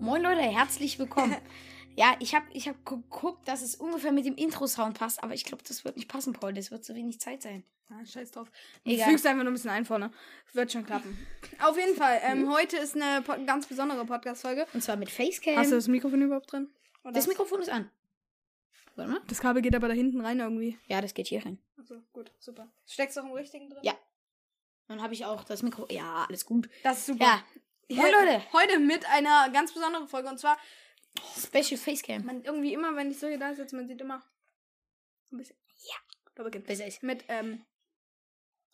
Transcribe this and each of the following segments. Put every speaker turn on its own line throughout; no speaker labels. Moin Leute, herzlich willkommen. ja, ich habe ich hab geguckt, dass es ungefähr mit dem Intro-Sound passt, aber ich glaube, das wird nicht passen, Paul. Das wird zu wenig Zeit sein.
Ah, scheiß drauf. Du
Egal.
fügst einfach nur ein bisschen ein vorne. Wird schon klappen. Auf jeden Fall. Ähm, heute ist eine po ganz besondere Podcast-Folge.
Und zwar mit Facecam.
Hast du das Mikrofon überhaupt drin? Oder
das Mikrofon ist an. Warte mal.
das Kabel geht aber da hinten rein irgendwie.
Ja, das geht hier rein.
Achso, gut, super. Steckst du auch im richtigen drin?
Ja. Dann habe ich auch das Mikro. Ja, alles gut.
Das ist super.
Ja. Moin Leute.
Heute mit einer ganz besonderen Folge. Und zwar,
Special Facecam.
man irgendwie immer, wenn ich so hier da sitze, man sieht immer so ein bisschen.
Ja.
Da beginnt.
Besser ist.
Mit, ähm,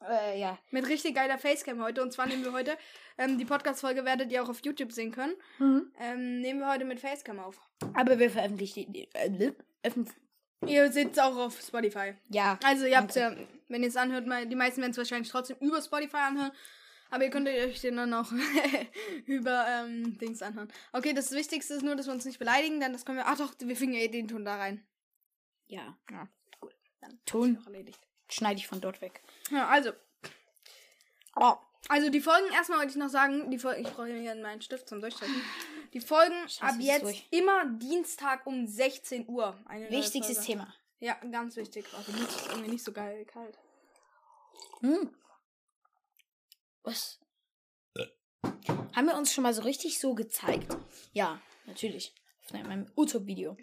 Äh, ja.
mit richtig geiler Facecam heute. Und zwar nehmen wir heute, ähm, die Podcast-Folge werdet ihr auch auf YouTube sehen können. Ähm, nehmen wir heute mit Facecam auf.
Mhm. Aber wir veröffentlichen die. Äh, ne? Öffentlich-
Ihr seht es auch auf Spotify.
ja.
Also ihr habt ja, wenn ihr es anhört, mal- die meisten werden es wahrscheinlich trotzdem über Spotify anhören. Aber ihr könnt euch den dann auch über ähm, Dings anhören. Okay, das Wichtigste ist nur, dass wir uns nicht beleidigen, denn das können wir. Ach doch, wir fügen ja eh den Ton da rein.
Ja.
Ja.
Dann Ton
Noch erledigt.
schneide ich von dort weg.
Ja, also.
Oh.
Also die Folgen, erstmal wollte ich noch sagen, die Folgen, ich brauche hier meinen Stift zum Durchstreichen. Die Folgen ab
es ist
jetzt
durch.
immer Dienstag um 16 Uhr. Eine neue
Wichtigstes
Folge.
Thema.
Ja, ganz wichtig. Oh, die Luft ist irgendwie nicht so geil kalt.
Hm. Was? Haben wir uns schon mal so richtig so gezeigt? Ja, natürlich. Auf meinem YouTube-Video.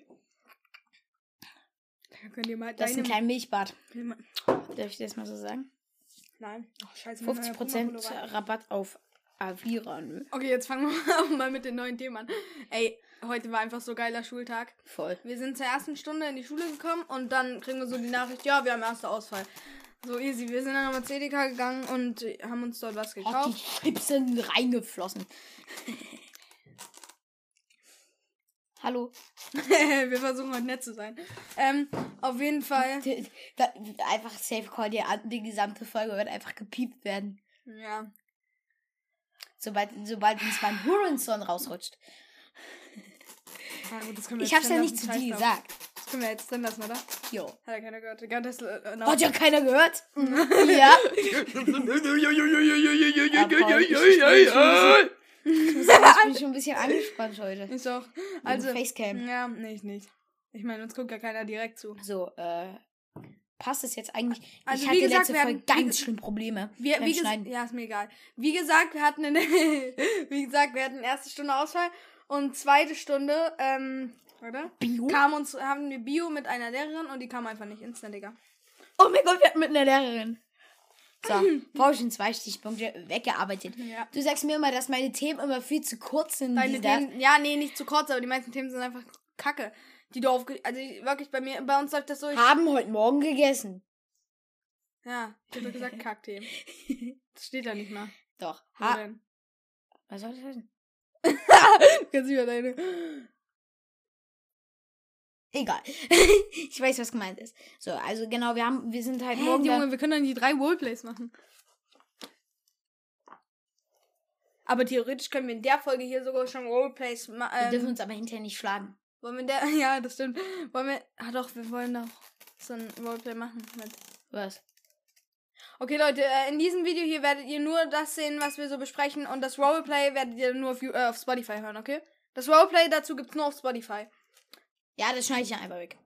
Da könnt ihr mal
Das ist ein kleines Milchbad.
deine...
Darf ich das mal so sagen?
Nein. Oh, scheiße, mein neuer
50%
Puma-Pullover.
Rabatt auf Avira, ne?
Okay, jetzt fangen wir mal mit den neuen Themen an. Ey, heute war einfach so geiler Schultag.
Voll.
Wir sind zur ersten Stunde in die Schule gekommen und dann kriegen wir so die Nachricht, ja, wir haben erster Ausfall. So easy. Wir sind dann nochmal zu Edeka gegangen und äh, haben uns dort was
Hat die
gekauft.
Chips sind reingeflossen. Hallo.
wir versuchen heute nett zu sein. Ähm, auf jeden Fall.
D- da- Einfach Safe Call dir an. Die gesamte Folge wird einfach gepiept werden.
Ja.
Sobald, sobald uns mein Hurenson rausrutscht.
Ah, gut, das können wir
Ich
jetzt
hab's ja
drin
nicht zu
lassen.
dir
Scheiß drauf.
gesagt.
Das können wir jetzt drin lassen, oder?
Jo.
Hat ja keiner gehört. Hat das, äh, noch-
Hat ja keiner gehört? ja. Ich bin schon ein bisschen angespannt heute.
Ich auch.
Also.
Also,
Facecam.
Ja, nee, ich nicht. Ich meine, uns guckt ja keiner direkt zu.
So, äh. Passt es jetzt eigentlich?
Also,
ich
wie
hatte
gesagt,
letzte
wir
Folge
haben- wie
ganz
ge-
schön Probleme.
Wir,
beim
wie gesagt,
Schneiden.
ja, ist mir egal. Wie gesagt, wir hatten eine, wie gesagt, wir hatten erste Stunde Ausfall und zweite Stunde, ähm, oder?
Bio?
Kam uns, haben wir Bio mit einer Lehrerin und die kam einfach nicht instant, Digga.
Oh mein Gott, wir hatten mit einer Lehrerin. So, brauche ich in zwei Stichpunkte weggearbeitet.
Ja.
Du sagst mir immer, dass meine Themen immer viel zu kurz sind.
Deine
dieser-
Themen, ja, nee, nicht zu kurz, aber die meisten Themen sind einfach kacke. Die du aufge, also ich- wirklich bei mir, bei uns läuft das so, ich,
haben heute Morgen gegessen.
ja, ich hab doch gesagt Kackthemen. Das steht da nicht mal.
Doch.
Wo
Ha
denn?
Was soll das heißen?
Du kannst über deine,
Egal. ich weiß, was gemeint ist. So, also genau, wir haben, wir sind halt
Hey,
morgen.
Junge, wir können dann die drei Roleplays machen. Aber theoretisch können wir in der Folge hier sogar schon Roleplays ma-
dann, wir dürfen
Ähm,
uns aber hinterher nicht schlagen.
wollen wir in der. Ja, das stimmt. Wollen wir. Ah doch, wir wollen doch so ein Roleplay machen. Mit.
Was?
Okay, Leute, äh, in diesem Video hier werdet ihr nur das sehen, was wir so besprechen. Und das Roleplay werdet ihr nur auf, Ju- äh, auf Spotify hören, okay? Das Roleplay dazu gibt's nur auf Spotify.
Ja, das schneide ich dann einfach weg.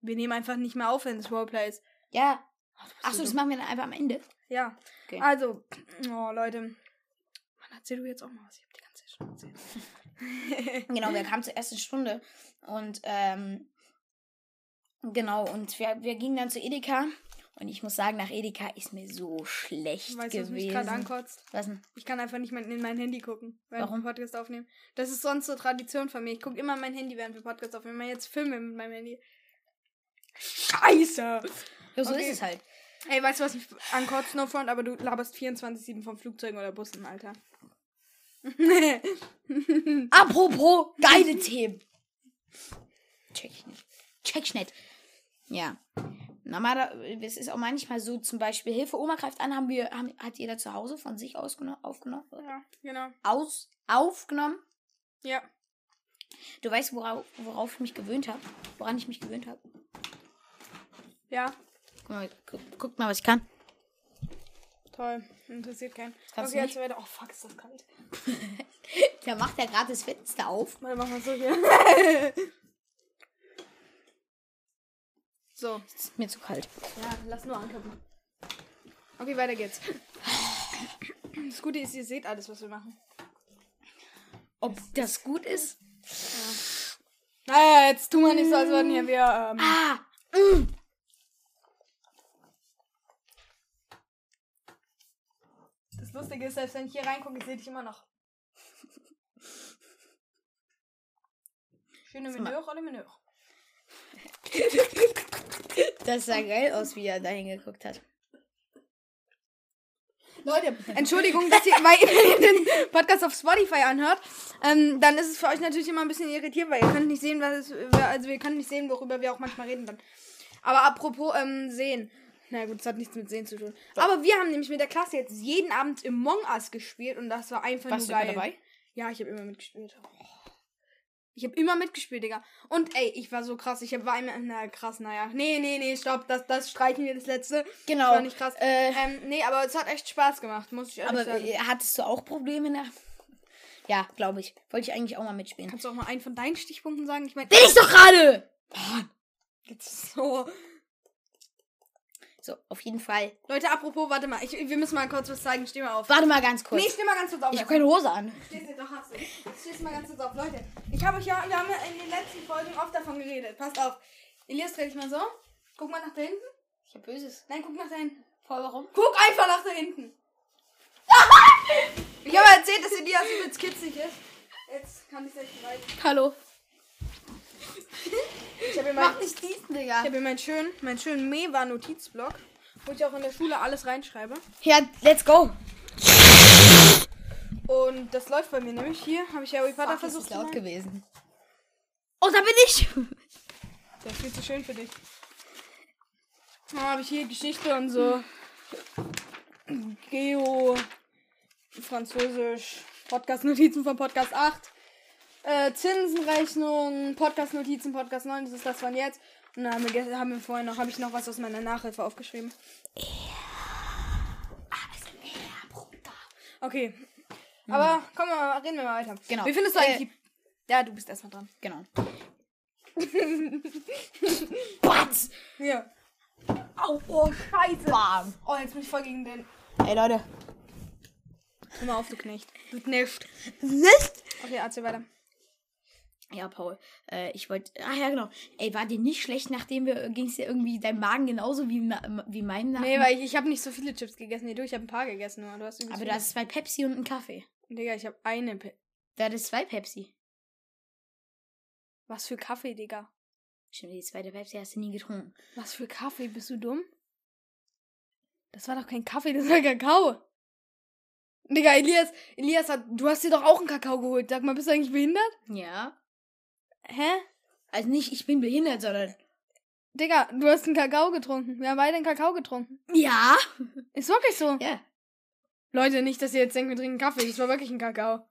Wir nehmen einfach nicht mehr auf, wenn es Roleplay ist.
Ja. Achso,
so
das
dumm.
machen wir dann einfach am Ende.
Ja.
Okay.
Also, oh Leute. Mann, erzähl du jetzt auch mal was. Ich hab die ganze Zeit schon erzählt.
Genau, wir kamen zur ersten Stunde und ähm, genau, und wir, wir gingen dann zu Edeka und ich muss sagen, nach Edeka ist mir so schlecht
Weißt du, was mich gerade
gewesen.
ankotzt?
Was denn?
Ich kann einfach nicht mein, in mein Handy gucken, während
Warum?
wir Podcast aufnehmen. Das ist sonst so Tradition von mir. Ich gucke immer in mein Handy, während wir Podcast aufnehmen. Ich jetzt Filme mit meinem Handy. Scheiße!
Ja, so
Okay.
ist es halt.
Ey, weißt du, was mich ankotzt, No Front? Aber du laberst 24-7 von Flugzeugen oder Bussen, Alter.
Apropos geile Themen. Check ich nicht. Check ich nicht. Ja. Normaler, es ist auch manchmal so, zum Beispiel Hilfe Oma greift an, haben wir, haben, hat jeder zu Hause von sich aus aufgenommen,
ja, genau.
aus, aufgenommen.
Ja.
Du weißt, worauf, worauf ich mich gewöhnt habe, woran ich mich gewöhnt habe.
Ja.
Guck mal, gu- guckt mal, was ich kann.
Toll. Interessiert keinen.
kannst
okay,
du
jetzt weiter. Oh fuck, ist das kalt.
Da macht er gerade das Fenster auf.
Warte, mach mal so hier. so.
Ist mir zu kalt.
Ja, lass nur ankappen. Okay, weiter geht's. Das Gute ist, ihr seht alles, was wir machen.
Ob das gut ist?
Naja, jetzt tun wir nicht so, als würden hier wir. Ähm,
Ah!
das Lustige ist, selbst wenn ich hier reingucke, sehe ich immer noch. Schöne
Sag mal.
Menüch oder Menüch?
Das sah geil aus, wie er da hingeguckt hat.
Leute, Entschuldigung, dass ihr, weil ihr den Podcast auf Spotify anhört, ähm, dann ist es für euch natürlich immer ein bisschen irritierend, weil ihr könnt nicht sehen, was es, also wir können nicht sehen, worüber wir auch manchmal reden dann. Aber apropos ähm, sehen. Na gut, das hat nichts mit sehen zu tun. Aber wir haben nämlich mit der Klasse jetzt jeden Abend im Among Us gespielt und das war einfach
Warst du
nur
immer
geil.
dabei?
Ja, ich habe immer mitgespielt. Ich habe immer mitgespielt, Digga. Und ey, ich war so krass. Ich hab, war einmal. Na krass, naja. Nee, nee, nee, stopp. Das, das streichen wir das letzte.
Genau.
War nicht krass.
Äh,
Ähm, nee, aber es hat echt Spaß gemacht, muss ich ehrlich
aber
sagen.
äh, hattest du auch Probleme nach. Ja, glaube ich. Wollte ich eigentlich auch mal mitspielen.
Kannst du auch mal einen von deinen Stichpunkten sagen? Ich meine,
Will ich doch gerade!
jetzt so.
So, auf jeden Fall.
Leute, apropos, warte mal. Ich, wir müssen mal kurz was zeigen. Steh mal auf.
Warte mal ganz kurz.
Nee, steh mal ganz kurz auf.
ich habe keine Hose an.
Stehst du doch, hast du. Jetzt Stehst du mal ganz kurz auf. Leute, ich habe euch ja, wir haben ja in den letzten Folgen oft davon geredet. Passt auf. Elias, dreh dich mal so. Guck mal nach da hinten.
Ich habe Böses.
Nein, guck nach da hinten.
Voll warum?
Guck einfach nach da hinten. ich habe erzählt, dass Elias übelst kitzig ist. Jetzt kann ich es echt leiden.
Hallo.
Ich habe
Mach nicht diesen, Digga.
hab hier meinen schönen, meinen schönen Mewa-Notizblock, wo ich auch in der Schule alles reinschreibe.
Ja, let's go.
Und das läuft bei mir nämlich. Hier habe ich Harry Potter
Fuck,
versucht
ist
zu
laut
machen.
gewesen. Oh, da bin ich.
Der ist viel zu schön für dich. Dann habe ich hier Geschichte und so. Geo, Französisch, Podcast-Notizen von Podcast 8, äh, Zinsenrechnung, Podcast-Notizen, Podcast 9, das ist das von jetzt. Und dann haben wir, gest- haben wir vorhin noch, habe ich noch was aus meiner Nachhilfe aufgeschrieben. Okay. Aber kommen wir mal, reden wir mal weiter.
Genau.
Wie findest du
Äh,
eigentlich die... Ja, du bist erstmal dran.
Genau. Batz!
Ja.
Au, oh, scheiße. Bam.
Oh, jetzt bin ich voll gegen den.
Ey, Leute.
Hör mal auf, du Knecht. Du Knecht.
Nicht?
Okay, erzähl weiter.
Ja, Paul. Äh, ich wollte... Ah ja, genau. Ey, war dir nicht schlecht, nachdem wir... Ging es dir irgendwie deinem Magen genauso wie, ma- wie meinem nach?
Nee, weil ich, ich habe nicht so viele Chips gegessen wie du. Ich habe ein paar gegessen nur. Du hast übelst
Aber
viele.
da ist zwei Pepsi und ein Kaffee.
Digga, ich habe eine. Pe
Da ist zwei Pepsi.
Was für Kaffee, Digga?
Stimmt, die zweite Pepsi hast du nie getrunken.
Was für Kaffee? Bist du dumm? Das war doch kein Kaffee, das war Kakao. Digga, Elias, Elias hat. Du hast dir doch auch einen Kakao geholt. Sag mal, bist du eigentlich behindert?
Ja.
Hä?
Also nicht, ich bin behindert, sondern...
Digga, du hast einen Kakao getrunken. Wir haben beide einen Kakao getrunken.
Ja.
Ist wirklich so.
Ja.
Leute, nicht, dass ihr jetzt denkt, wir trinken Kaffee. Das war wirklich ein Kakao.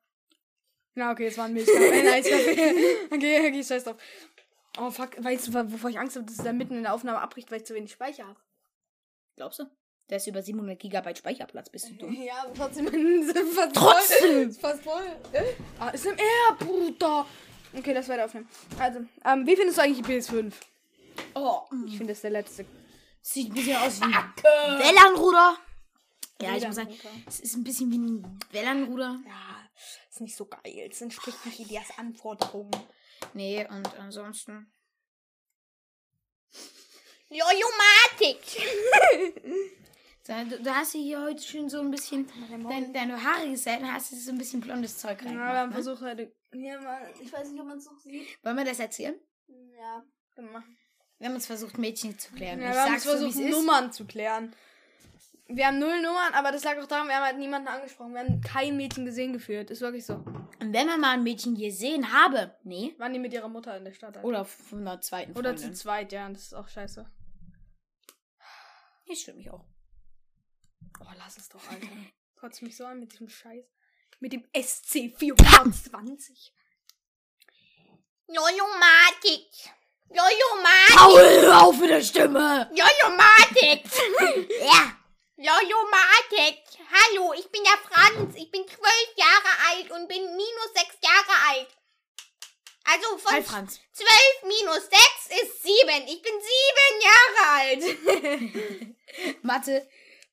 Na, okay, es war ein Milchkaffee. Nein, Eiskaffee. Okay, okay, scheiß drauf. Oh, fuck. Weißt du, wo- wovor ich Angst habe, dass es dann mitten in der Aufnahme abbricht, weil ich zu wenig Speicher habe?
Glaubst du? Da ist über 700 Gigabyte Speicherplatz. Bist du dumm?
Ja, aber trotzdem sind fast
Trotzdem!
Ist fast voll. Ah, ist im R, Bruder. Okay, das weiter aufnehmen. Also, ähm, wie findest du eigentlich die PS5?
Oh.
Ich finde, das ist der letzte.
Sieht ein bisschen aus wie ein Ah, Wellanruder. Ja, ich muss sagen,
Wellanruder.
es ist ein bisschen wie ein Wellanruder.
Ja, ist nicht so geil. Es entspricht nicht Elias Anforderungen.
Nee, und ansonsten.
Jojomatik!
Da, du, du hast ja hier heute schön so ein bisschen. Dein, deine Haare gesetzt und hast jetzt so ein bisschen blondes Zeug rein.
Ja, wir haben versucht heute. Ja, Mann, ich weiß nicht, ob man es noch sieht.
Wollen wir das erzählen?
Ja, gemacht.
Wir haben uns versucht, Mädchen zu
Ja,
klären.
wir
ich
haben
sag's
versucht,
so, wie es ist.
Nummern zu klären. Wir haben null Nummern, aber das lag auch daran, wir haben halt niemanden angesprochen. Wir haben kein Mädchen gesehen geführt. Ist wirklich so.
Und wenn man mal ein Mädchen gesehen habe, nee.
Waren die mit ihrer Mutter in der Stadt? Alter?
Oder von der zweiten
Oder zu
Freundin.
zweit, ja. Das ist auch scheiße.
Ich stimmt mich auch.
Oh, lass es doch, Alter. Kotzt mich so an mit diesem Scheiß. Mit dem SC420.
Jojomatik. Jojomatik. Paul, hör auf mit der Stimme. Jojomatik. ja.
Jojo Martek, hallo, ich bin der Franz. Ich bin zwölf Jahre alt und bin minus sechs Jahre alt. Also von
Hi, Franz.
zwölf minus sechs ist sieben. Ich bin sieben Jahre alt.
Mathe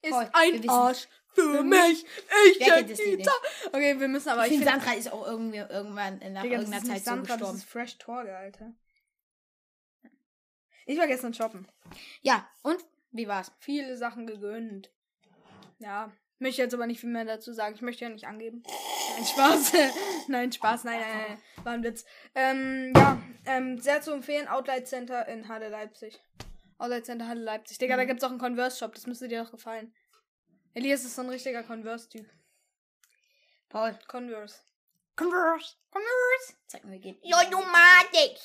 Ist
Voll, wir
ein
wissen.
Arsch für mich. Ich
Wer kennt das Lied
Kita. Okay, wir müssen aber.
Ich finde,
finde-
Sandra ist auch irgendwie, irgendwann nach
Digga, das
irgendeiner
ist nicht
Zeit
Sandra,
so
das
gestorben.
ist Fresh Torge, Alter. Ich war gestern shoppen.
Ja, und? Wie war's?
Viele Sachen gegönnt. Ja. Möchte jetzt aber nicht viel mehr dazu sagen. Ich möchte ja nicht angeben. Nein, Spaß. nein, Spaß. Nein, nein, nein. War ein Witz. Ähm, ja. Ähm, sehr zu empfehlen. Outlet Center in Halle Leipzig. Outlet Center Halle Leipzig. Digga, da gibt's auch einen Converse-Shop. Das müsste dir doch gefallen. Elias ist so ein richtiger Converse-Typ.
Paul,
Converse.
Converse. Converse. Zeig mir, wie geht.
Jojo Martek.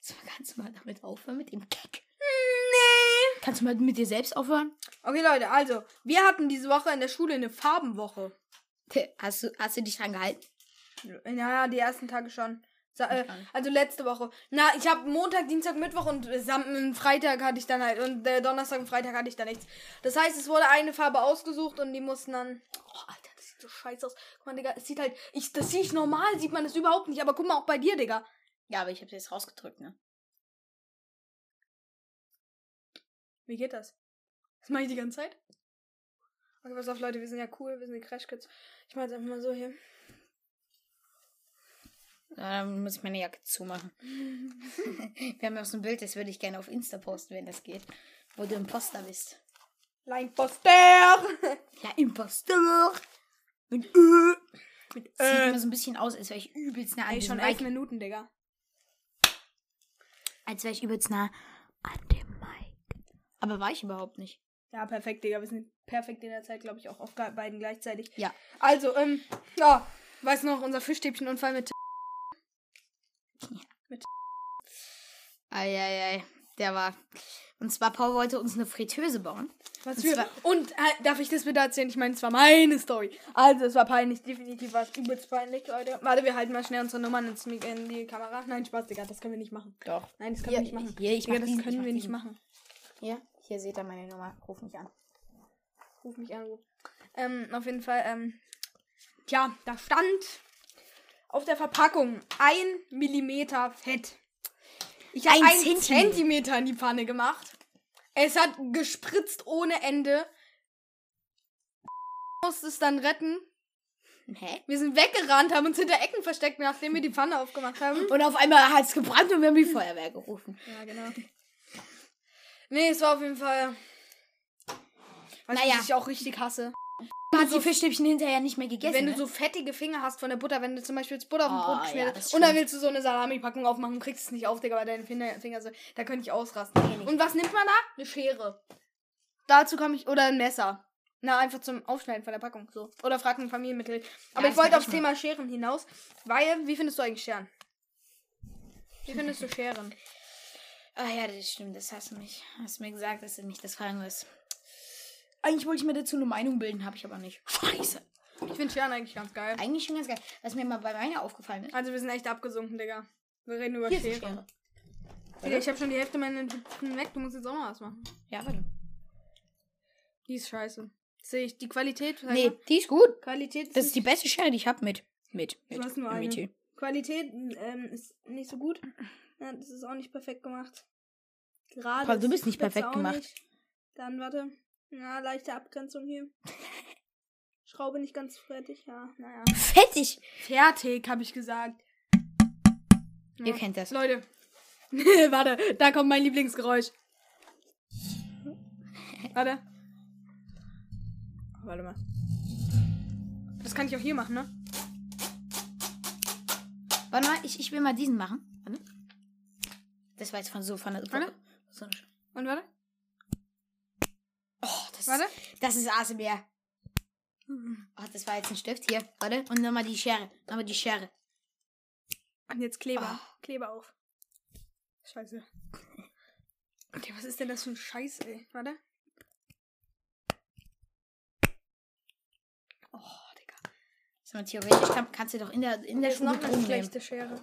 So, Kannst du mal damit aufhören mit dem Keck? Nee. Kannst du mal mit dir selbst aufhören?
Okay, Leute. Also, wir hatten diese Woche in der Schule eine Farbenwoche.
Hast du, hast du dich dran gehalten?
Naja, die ersten Tage schon. Sa äh,
Ich gar nicht.
also letzte Woche. Na, ich habe Montag, Dienstag, Mittwoch und äh, Sam und Freitag hatte ich dann halt. Und äh, Donnerstag und Freitag hatte ich dann nichts. Das heißt, es wurde eine Farbe ausgesucht und die mussten dann. Oh, Alter, das sieht so scheiße aus. Guck mal, Digga, es sieht halt. Ich, das sehe ich normal, sieht man das überhaupt nicht. Aber guck mal, auch bei dir, Digga.
Ja, aber ich habe jetzt rausgedrückt, ne?
Wie geht das? Das mache ich die ganze Zeit? Okay, pass auf, Leute, wir sind ja cool, wir sind die Crash Kids. Ich mache jetzt einfach mal so hier.
Dann Ähm, muss ich meine Jacke zumachen. Wir haben ja auch so ein Bild, das würde ich gerne auf Insta posten, wenn das geht. Wo du Imposter bist.
Leinposter!
Ja, Imposter. Mit Ö.
äh, Mit
Sieht
äh,
mir so ein bisschen aus, als wäre ich übelst nah an
ey,
diesem
schon elf
Mike.
Minuten, Digga.
Als wäre ich übelst nah an dem Mike. Aber war ich überhaupt nicht.
Ja, perfekt, Digga. Wir sind perfekt in der Zeit, glaube ich, auch auf gle- beiden gleichzeitig.
Ja.
Also, ähm, ja, weiß noch, unser Fischstäbchenunfall mit.
Eieiei, der war. Und zwar, Paul wollte uns eine Fritteuse bauen.
Was
Und
für.
zwar-
Und äh, darf ich das bitte erzählen? Ich meine, es war meine Story. Also, es war peinlich, definitiv war es übelst peinlich, Leute. Warte, wir halten mal schnell unsere Nummern ins Mik in die Kamera. Nein, Spaß, Digga, das können wir nicht machen.
Doch.
Nein, das können
Hier,
wir nicht machen.
hier, ich
Digga,
mach
das
diesen,
können
ich mach
wir nicht
diesen.
machen.
Hier, hier seht ihr meine Nummer. Ruf mich an.
Ruf mich an. ruf. Ähm, auf jeden Fall, ähm, tja, da stand auf der Verpackung ein Millimeter Fett. Ich habe
Ein
einen
Zentimeter.
Zentimeter in die Pfanne gemacht. Es hat gespritzt ohne Ende. Musste es dann retten.
Hä?
Wir sind weggerannt, haben uns hinter Ecken versteckt, nachdem wir die Pfanne aufgemacht haben.
Und auf einmal hat es gebrannt und wir haben die Feuerwehr gerufen.
Ja, genau. Nee, es war auf jeden Fall. Weißt du,
Naja.
was ich auch richtig hasse?
Hat die Fischstäbchen hinterher nicht mehr gegessen.
wenn du
ne?
so fettige Finger hast von der Butter, wenn du zum Beispiel jetzt Butter auf dem
Oh,
Brot
ja,
geschmiert
das
hast
ist
und dann
schlimm.
willst du so eine Salami-Packung aufmachen und kriegst es nicht auf, Digga, weil deine Finger, Finger so, da könnte ich ausrasten.
Nee, nicht.
Und was nimmt man da? Eine Schere. Dazu komme ich, oder ein Messer. Na, einfach zum Aufschneiden von der Packung, so. Oder frag ein Familienmitglied. Aber
Ja,
ich
das
wollte
mach
aufs
ich
Thema Scheren hinaus, weil, wie findest du eigentlich Scheren? Wie findest du Scheren?
Ah ja, das stimmt, das hast du mich. Hast du mir gesagt, dass du mich das fragen wirst. Eigentlich wollte ich mir dazu eine Meinung bilden, habe ich aber nicht. Scheiße.
Ich finde Scheren eigentlich ganz geil.
Eigentlich schon ganz geil. Was mir mal bei meiner aufgefallen ist.
Also, wir sind echt abgesunken, Digga. Wir reden über
Hier ist die
Scheren.
Schere.
Digga, ich habe schon die Hälfte meiner Notizen weg, du musst jetzt auch mal was machen.
Ja, warte.
Die ist scheiße. Sehe ich. Die Qualität. sag
Nee,
mal.
die ist gut.
Qualität ist,
Das ist die
nicht,
beste Schere, die ich habe mit. Mit. Mit.
hast nur eine.
mit hier.
Qualität ähm, ist nicht so gut. Ja, das ist auch nicht perfekt gemacht. Gerade.
Paul, du
ist
bist nicht
spitze
perfekt
auch
gemacht.
nicht. Dann warte. Ja, leichte Abgrenzung hier. Schraube nicht ganz fertig, ja. Naja.
Fettig.
Fertig, habe ich gesagt.
Ihr kennt das.
Leute. warte, da kommt mein Lieblingsgeräusch. Warte. Warte mal. Das kann ich auch hier machen, ne?
Warte mal, ich, ich will mal diesen machen. Warte. Das war jetzt von so von der.
Warte.
So eine Sch-
Und warte.
oh, das,
Warte.
das ist ASMR. Oh, das war jetzt ein Stift hier. Warte. Und nochmal die Schere. Nochmal die Schere.
Und jetzt
Ah.
Kleber. Kleber auf. Scheiße. Okay, was ist denn das für ein Scheiß, ey? Warte. Oh, Digga.
Sag mal, theoretisch kann, kannst du doch in der, in der
Das ist
Schule
noch eine
drum nehmen.
schlechte Schere.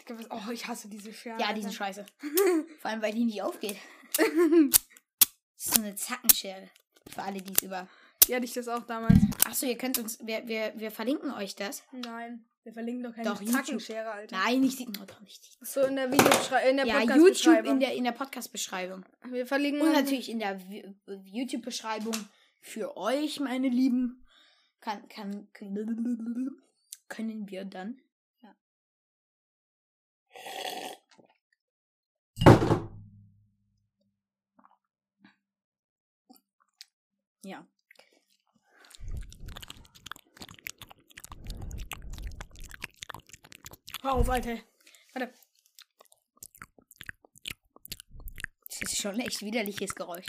Digga, was? Oh, ich hasse diese Schere.
Ja,
Alter.
die sind scheiße. Vor allem, weil die nicht aufgeht. Das ist so eine Zackenschere. Für alle, die es über.
Die hatte ich das auch damals.
Achso, ihr könnt uns. Wir, wir, wir verlinken euch das.
Nein. Wir verlinken doch keine
Doch, YouTube.
Zackenschere, Alter.
Nein, nicht die. Oh, doch nicht die.
So in der Videobeschreibung. In der
Ja, YouTube
Podcast-Beschreibung.
in der, in der Podcast-Beschreibung.
Wir verlinken
Und natürlich in der Vi- YouTube-Beschreibung für euch, meine Lieben. Kann, kann, können wir dann. Ja. Ja.
Hör auf, Alter. Warte.
Das ist schon echt widerliches Geräusch.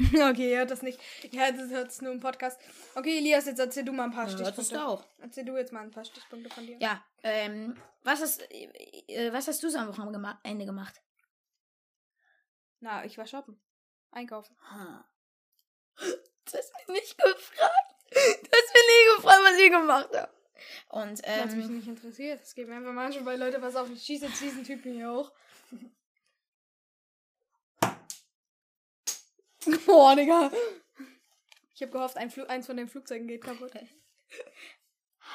Okay, ihr hört das nicht. Ihr hört es hört's nur im Podcast. Okay, Elias, jetzt erzähl du mal ein paar
Hörtest du
Stichpunkte.
auch?
Erzähl du jetzt mal ein paar Stichpunkte von dir.
Ja, ähm, was hast, äh, was hast du so am Wochenende gemacht?
Na, ich war shoppen. Einkaufen.
Hm. Das hast mich nicht gefragt. Du hast mich nie gefragt, was ich gemacht habe. Und,
Weil es mich
ähm,
nicht interessiert. Es geht mir einfach mal schon bei Leute, pass auf, ich schieße jetzt diesen Typen hier hoch. Boah, Oh, Digga. Ich habe gehofft, ein Flu eins von den Flugzeugen geht kaputt.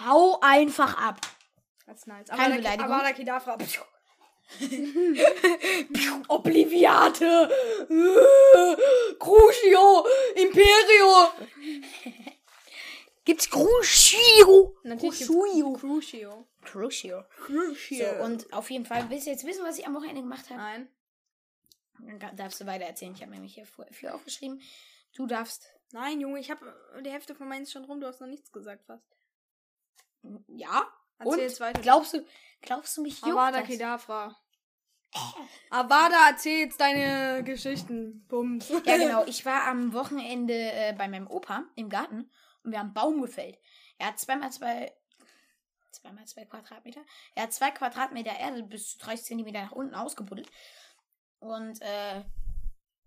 hau einfach ab.
That's nice.
Keine
Aber
Beleidigung.
Aber Kedavra.
Obliviate! Crucio! Imperio! Gibt's Crucio?
Natürlich gibt's-
Crucio.
Crucio.
Crucio. So,
Crucio.
und auf jeden Fall, willst du jetzt wissen, was ich am Wochenende gemacht habe?
Nein.
Dann da- darfst du weiter erzählen. Ich habe nämlich hier vor- viel aufgeschrieben. Du darfst,
Nein, Junge, ich habe die Hälfte von meins schon rum. Du hast noch nichts gesagt fast.
ja?
Erzähl
Und?
jetzt weiter.
Glaubst du, glaubst du mich, juckt
Avada
das?
Kedavra. Avada, erzähl jetzt deine Geschichten. Bums.
Ja, genau. Ich war am Wochenende äh, bei meinem Opa im Garten und wir haben einen Baum gefällt. Er hat zweimal zwei. Zweimal zwei Quadratmeter. Er hat zwei Quadratmeter Erde bis zu 30 Zentimeter nach unten ausgebuddelt. Und, äh.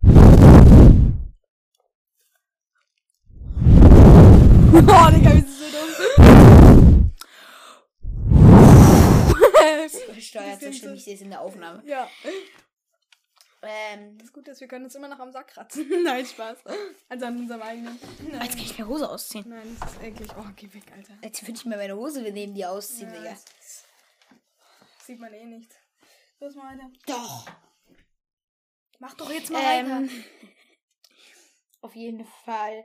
Boah, Digga, wir sind so dumm.
Steuert so
Bisschen
schlimm,
so-
ich sehe es in der Aufnahme.
Ja.
Ähm.
Das Gute ist, wir können uns immer noch am Sack kratzen. Nein, Spaß. Also an unserem eigenen.
Jetzt kann ich mir Hose ausziehen.
Nein, das ist eklig. Oh, geh weg, Alter.
Jetzt würde ich mir meine Hose nehmen, die ausziehen,
Ja,
Digga.
das ist- Sieht man eh nicht. Los mal, Alter.
Doch.
Mach doch jetzt mal
Ähm,
weiter.
auf jeden Fall.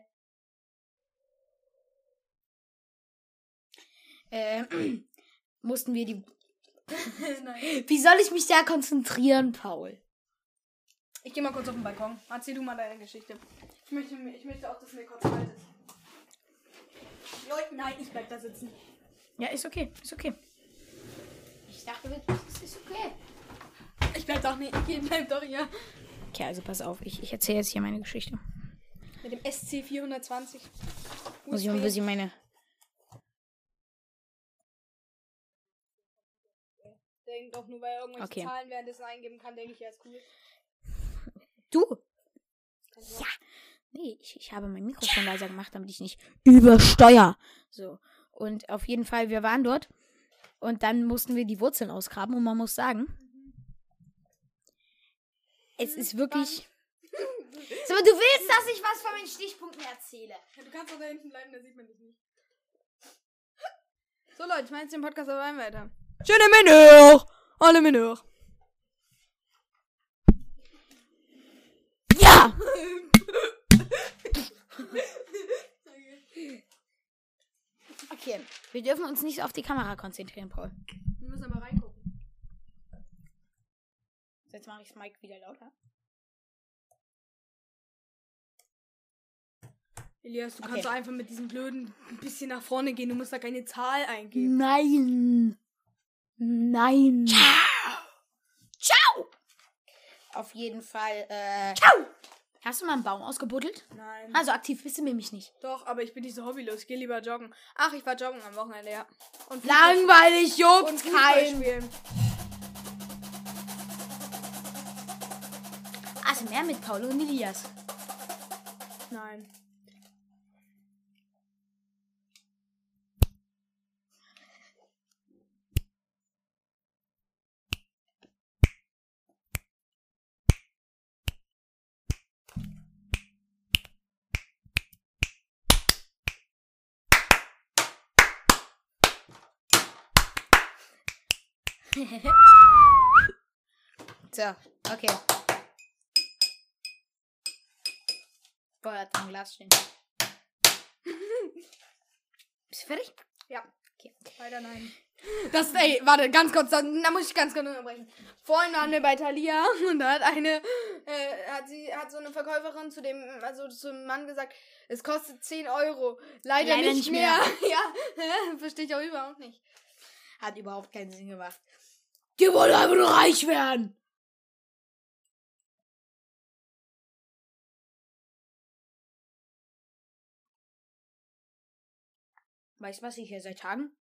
Ähm, mussten wir die.
Nein.
Wie soll ich mich da konzentrieren, Paul?
Ich geh mal kurz auf den Balkon. Erzähl du mal deine Geschichte. Ich möchte, mir- ich möchte auch, dass mir kurz kalt ist. Leute, nein, ich bleib da sitzen.
Ja, ist okay, ist okay. Ich dachte wirklich, es ist okay.
Ich bleib doch nicht. Ich bleib doch hier.
Okay, also pass auf, ich, ich erzähle jetzt hier meine Geschichte.
Mit dem SC420.
Muss ich mal ein bisschen meine.
Denkt auch nur, weil er irgendwelche
Okay.
Zahlen währenddessen eingeben kann, denke ich, er ist cool.
Du! Ja! Nee, ich, ich habe mein Mikrofon leiser gemacht, damit ich nicht übersteuer. So. Und auf jeden Fall, wir waren dort. Und dann mussten wir die Wurzeln ausgraben. Und man muss sagen, es ist wirklich. Sag mal, du willst, dass ich was von den Stichpunkten erzähle.
Du kannst doch da hinten bleiben, da sieht man dich nicht. So, Leute, ich meine jetzt den Podcast allein weiter. Schöne Menü! Alle Menü!
Ja! Okay, wir dürfen uns nicht auf die Kamera konzentrieren, Paul.
Wir müssen aber reingucken.
Jetzt mache ich das Mic wieder lauter.
Elias, du
Okay.
kannst doch einfach mit diesem blöden ein bisschen nach vorne gehen. Du musst da keine Zahl eingeben.
Nein. Nein. Ciao. Ciao. Auf jeden Fall. Äh, Ciao. Hast du mal einen Baum ausgebuddelt?
Nein.
Also aktiv bist du nämlich nicht.
Doch, aber ich bin nicht so hobbylos. Ich gehe lieber joggen. Ach, ich war joggen am Wochenende, ja. Und
Langweilig,
Fußball-
juckt
und Fußball spielen.
Also mehr mit Paul und Elias.
Nein.
So, okay. Boah, er hat ein Glas stehen. Bist du fertig?
Leider nein. Das, ey, warte, ganz kurz, da, da muss ich ganz kurz unterbrechen. Vorhin waren wir bei Thalia und da hat eine, äh, hat sie, hat so eine Verkäuferin zu dem, also zum Mann gesagt, es kostet 10 Euro. Leider,
Leider
nicht
nicht
mehr. ja, verstehe ich auch überhaupt nicht.
Hat überhaupt keinen Sinn gemacht. Die wollen einfach nur reich werden. Weißt du, was ich hier seit Tagen?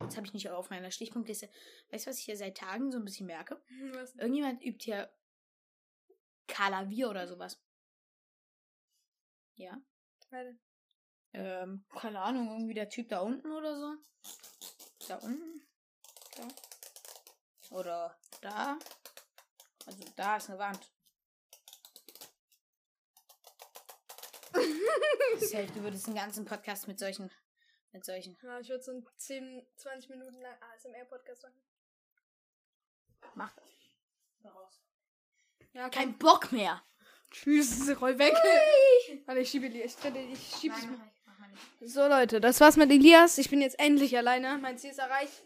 Das habe ich nicht auf meiner Stichpunktliste. Weißt du, was ich hier seit Tagen so ein bisschen merke?
Was?
Irgendjemand übt hier Klavier oder sowas. Ja.
Warte.
Ähm, keine Ahnung, irgendwie der Typ da unten oder so. Da unten. Da. Oder da. Also da ist eine Wand. Safe, du würdest den ganzen Podcast mit solchen. Mit solchen.
Ja, ich würde so einen 10, 20 Minuten lang ASMR-Podcast machen.
Mach das.
Ja, komm.
Kein Bock mehr.
Tschüss, roll weg. Warte, ich schiebe die, ich trete, ich schiebe es mal. So, Leute, das war's mit Elias. Ich bin jetzt endlich alleine. Mein Ziel ist erreicht.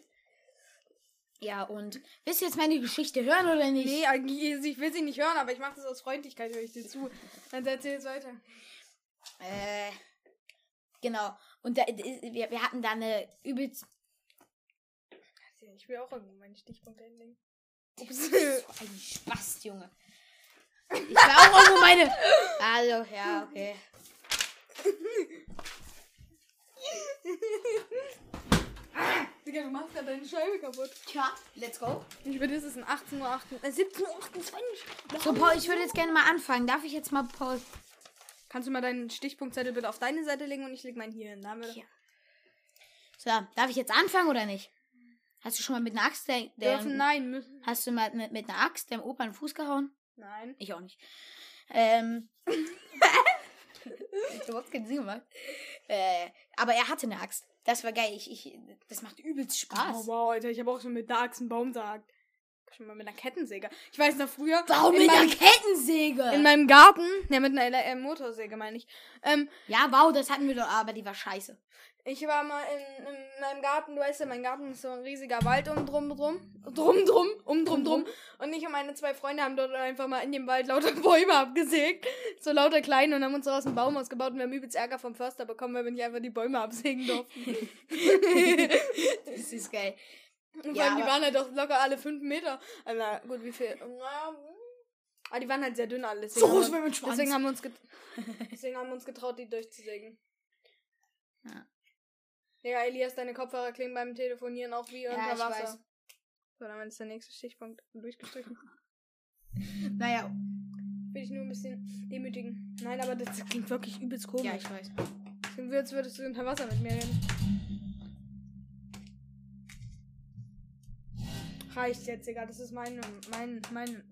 Ja, und willst du jetzt meine Geschichte hören oder nicht?
Nee, eigentlich, ich will sie nicht hören, aber ich mache das aus Freundlichkeit, höre ich dir zu. Dann erzähl jetzt weiter.
Äh, genau. Und da, wir, wir hatten da eine übelst.
Ich will auch irgendwo meine Stichpunkte hinlegen.
Ups, so ein Spaß, Junge. Ich war auch irgendwo meine. Also, ja, okay.
Digga, du machst ja deine Scheibe kaputt.
Tja, let's go.
Ich würde, es ist ein 18 Uhr, 18, äh, 17 Uhr 28.
So, Paul, ich würde jetzt gerne mal anfangen. Darf ich jetzt mal Paul.
Kannst du mal deinen Stichpunktzettel bitte auf deine Seite legen und ich leg meinen hier hin. Da haben wir
Hier. So, darf ich jetzt anfangen oder nicht? Hast du schon mal mit einer Axt der, der
dürfen, nein, müssen.
Hast du mal mit, mit einer Axt deinem Opa einen Fuß gehauen?
Nein.
Ich auch nicht. Ähm. ich überhaupt keinen Sinn gemacht. Äh, aber er hatte eine Axt. Das war geil. Ich, ich, das macht übelst Spaß.
Oh, wow, Alter, ich habe auch schon mit Darks einen Baum sagt. Schon mal mit einer Kettensäge. Ich weiß noch früher.
Warum
in
mit einer
meinem- In
Kettensäge?
meinem Garten, ja, mit einer LR Motorsäge meine ich. Ähm,
Ja, wow, das hatten wir doch, aber die war scheiße.
ich war mal in, in meinem Garten, du weißt ja, mein Garten ist so ein riesiger Wald um drum drum, drum drum, um drum drum. Und ich und meine zwei Freunde haben dort einfach mal in dem Wald lauter Bäume abgesägt. So lauter kleine und haben uns daraus einen Baum ausgebaut und wir haben übelst Ärger vom Förster bekommen, weil wir nicht einfach die Bäume absägen durften.
Das ist geil.
Und
Ja,
vor allem, die
aber-
waren halt doch locker alle fünf Meter. Also, na gut, wie viel? Naja, hm. aber die waren halt sehr dünn alle. deswegen haben wir-
mein
Deswegen haben, wir uns get- deswegen haben wir uns getraut, die durchzusägen.
Ja.
Digga, Elias, deine Kopfhörer klingen beim Telefonieren auch wie unter
ich
Wasser.
weiß.
So, damit ist der nächste Stichpunkt durchgestrichen.
Naja,
Will ich nur ein bisschen demütigen. Nein, aber das klingt wirklich übelst komisch.
ja, ich weiß.
Deswegen würdest, würdest du unter Wasser mit mir reden. Reicht jetzt, Digga. Das ist meine, mein, mein.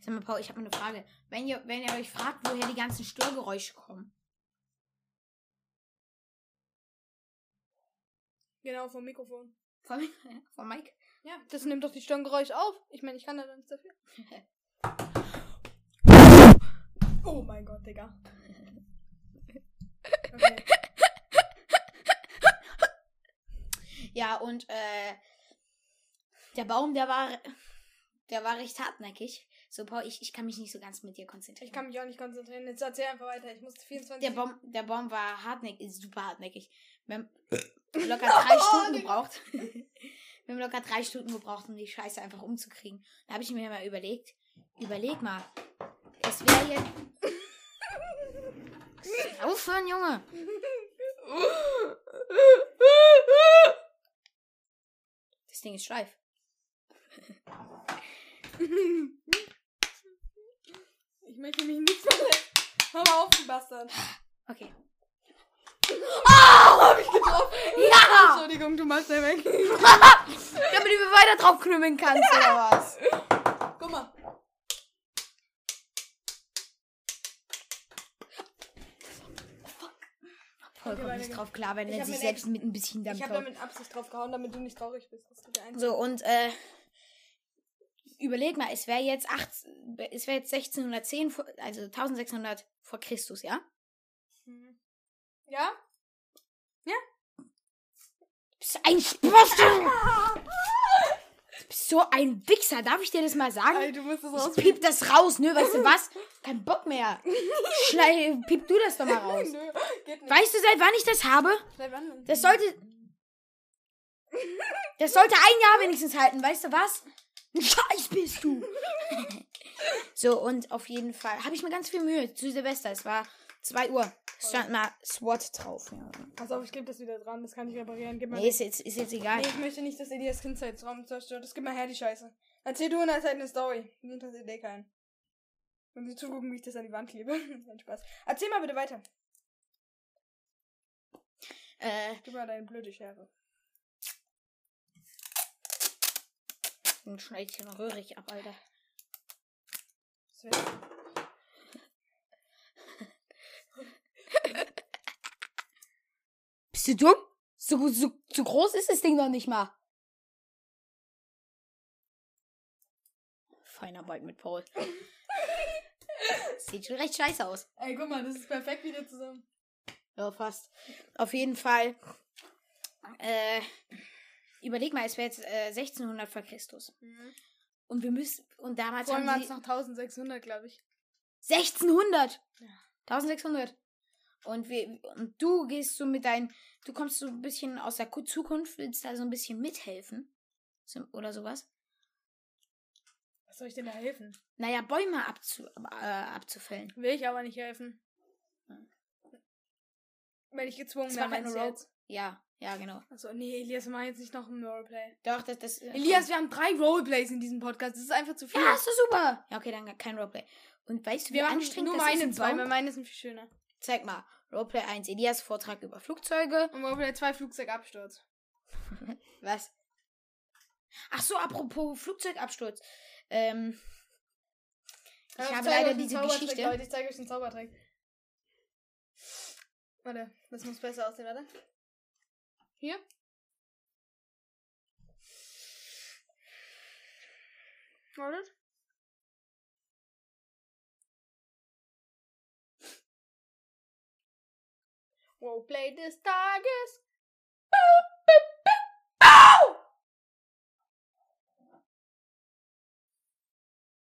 Sag mal, Paul, ich habe mal eine Frage. Wenn ihr, wenn ihr euch fragt, woher die ganzen Störgeräusche kommen,
Genau, vom Mikrofon.
von, von ne, Mike,
Ja, das nimmt doch die Stirngeräusch auf. Ich meine, ich kann da doch nichts dafür. oh mein Gott, Digga. Okay.
Ja, und äh, der Baum, der war, der war recht hartnäckig. So, Paul, ich, ich kann mich nicht so ganz mit dir konzentrieren.
Ich kann mich auch nicht konzentrieren. Jetzt erzähl einfach weiter. Ich musste 24.
der, Baum, der Baum war hartnäckig, ist super hartnäckig. Wir haben locker drei Stunden gebraucht. Wir haben locker drei Stunden gebraucht, um die Scheiße einfach umzukriegen. Da habe ich mir mal überlegt, überleg mal, es wäre jetzt... Aufhören, Junge! Das Ding ist steif.
ich möchte mich nicht verletzen. Hör mal auf, du Bastard. Ah,
Okay.
Ja! Entschuldigung, du machst ja weg.
Damit du mir weiter drauf knümmeln kannst, oder was?
Guck mal.
Vollkommen
Okay,
nicht
weiter
drauf klar, wenn
Ich
er
hab
sich
mit
selbst mit ein bisschen
ich
damit
habe
drauf.
damit Absicht drauf gehauen, damit du nicht traurig bist. Das tut dir eins.
So, und äh, überleg mal, es wäre jetzt, 18, es wär jetzt 1610, vor- also 1600 vor Christus, ja?
Mhm. Ja?
Bist du ein Spasti! Bist so ein Wichser, darf ich dir das mal sagen?
Ey, du musst es
Ich
raus.
piep das raus, ne? Weißt du was? Kein Bock mehr. Schnell, piep du das doch mal raus.
Nö, geht nicht.
Weißt du, seit wann ich das habe?
Bleib an.
Das sollte. Das sollte ein Jahr wenigstens halten, weißt du was? Ein Scheiß bist du! so, und auf jeden Fall habe ich mir ganz viel Mühe zu Silvester. Es war 2 Uhr. Es Stand mal SWAT drauf. Ja.
Pass auf, ich klebe das wieder dran. Das kann ich reparieren. Gib mal.
Nee, ist jetzt, ist jetzt egal.
Nee, ich möchte nicht, dass ihr die das Kindheitsraum zerstört. Das gib mal her, die Scheiße. Erzähl du in der Zeit eine Story. Das interessiert eh keinen. Wenn sie zugucken, wie ich das an die Wand klebe. Nein, Spaß. Erzähl mal bitte weiter.
Äh,
Gib mal deine blöde Schere.
dann schneide ich den Röhrig ab, Alter.
Das wär-
Bist du dumm? So, so, so groß ist das Ding doch nicht mal. Feinarbeit mit Paul. Sieht schon recht scheiße aus.
Ey, guck mal, das ist perfekt wieder zusammen.
Ja, fast. Auf jeden Fall. Äh, überleg mal, es wäre jetzt äh, 1600 vor Christus. Und wir müssen. Und damals
Mhm. Vorhin waren
haben
es
sie.
noch 1600, glaube ich.
1600! 1600. Und, wir, und du gehst so mit deinen. Du kommst so ein bisschen aus der Ku- Zukunft, willst da so ein bisschen mithelfen. So, oder sowas.
Was soll ich denn da helfen?
Naja, Bäume abzu, äh, abzufällen.
Will ich aber nicht helfen. Wenn ich gezwungen
Das
wäre,
war kein
meinst du
Rope.
jetzt?
Ja, ja, genau.
Achso, nee, Elias, wir machen jetzt nicht noch ein Roleplay.
Doch, das. das
Elias, wir haben drei Roleplays in diesem Podcast. Das ist einfach zu viel.
Ja, ist doch super! Ja, okay, dann kein Roleplay. Und weißt du, wie
wir machen
anstrengend
nur
das ist?
meine
einen
zwei,
Baum-
weil meine sind viel schöner.
Zeig mal. Roleplay 1, Elias Vortrag über Flugzeuge.
Und Roleplay 2 Flugzeugabsturz.
Was? Ach so, apropos Flugzeugabsturz. Ähm, ich
Ja,
habe
zeig
leider
euch den
diese
Zaubertrick,
Geschichte.
Leute, ich zeige euch den Zaubertrick. Warte, das muss besser aussehen, warte. Hier. Wartet. Roleplay des Tages.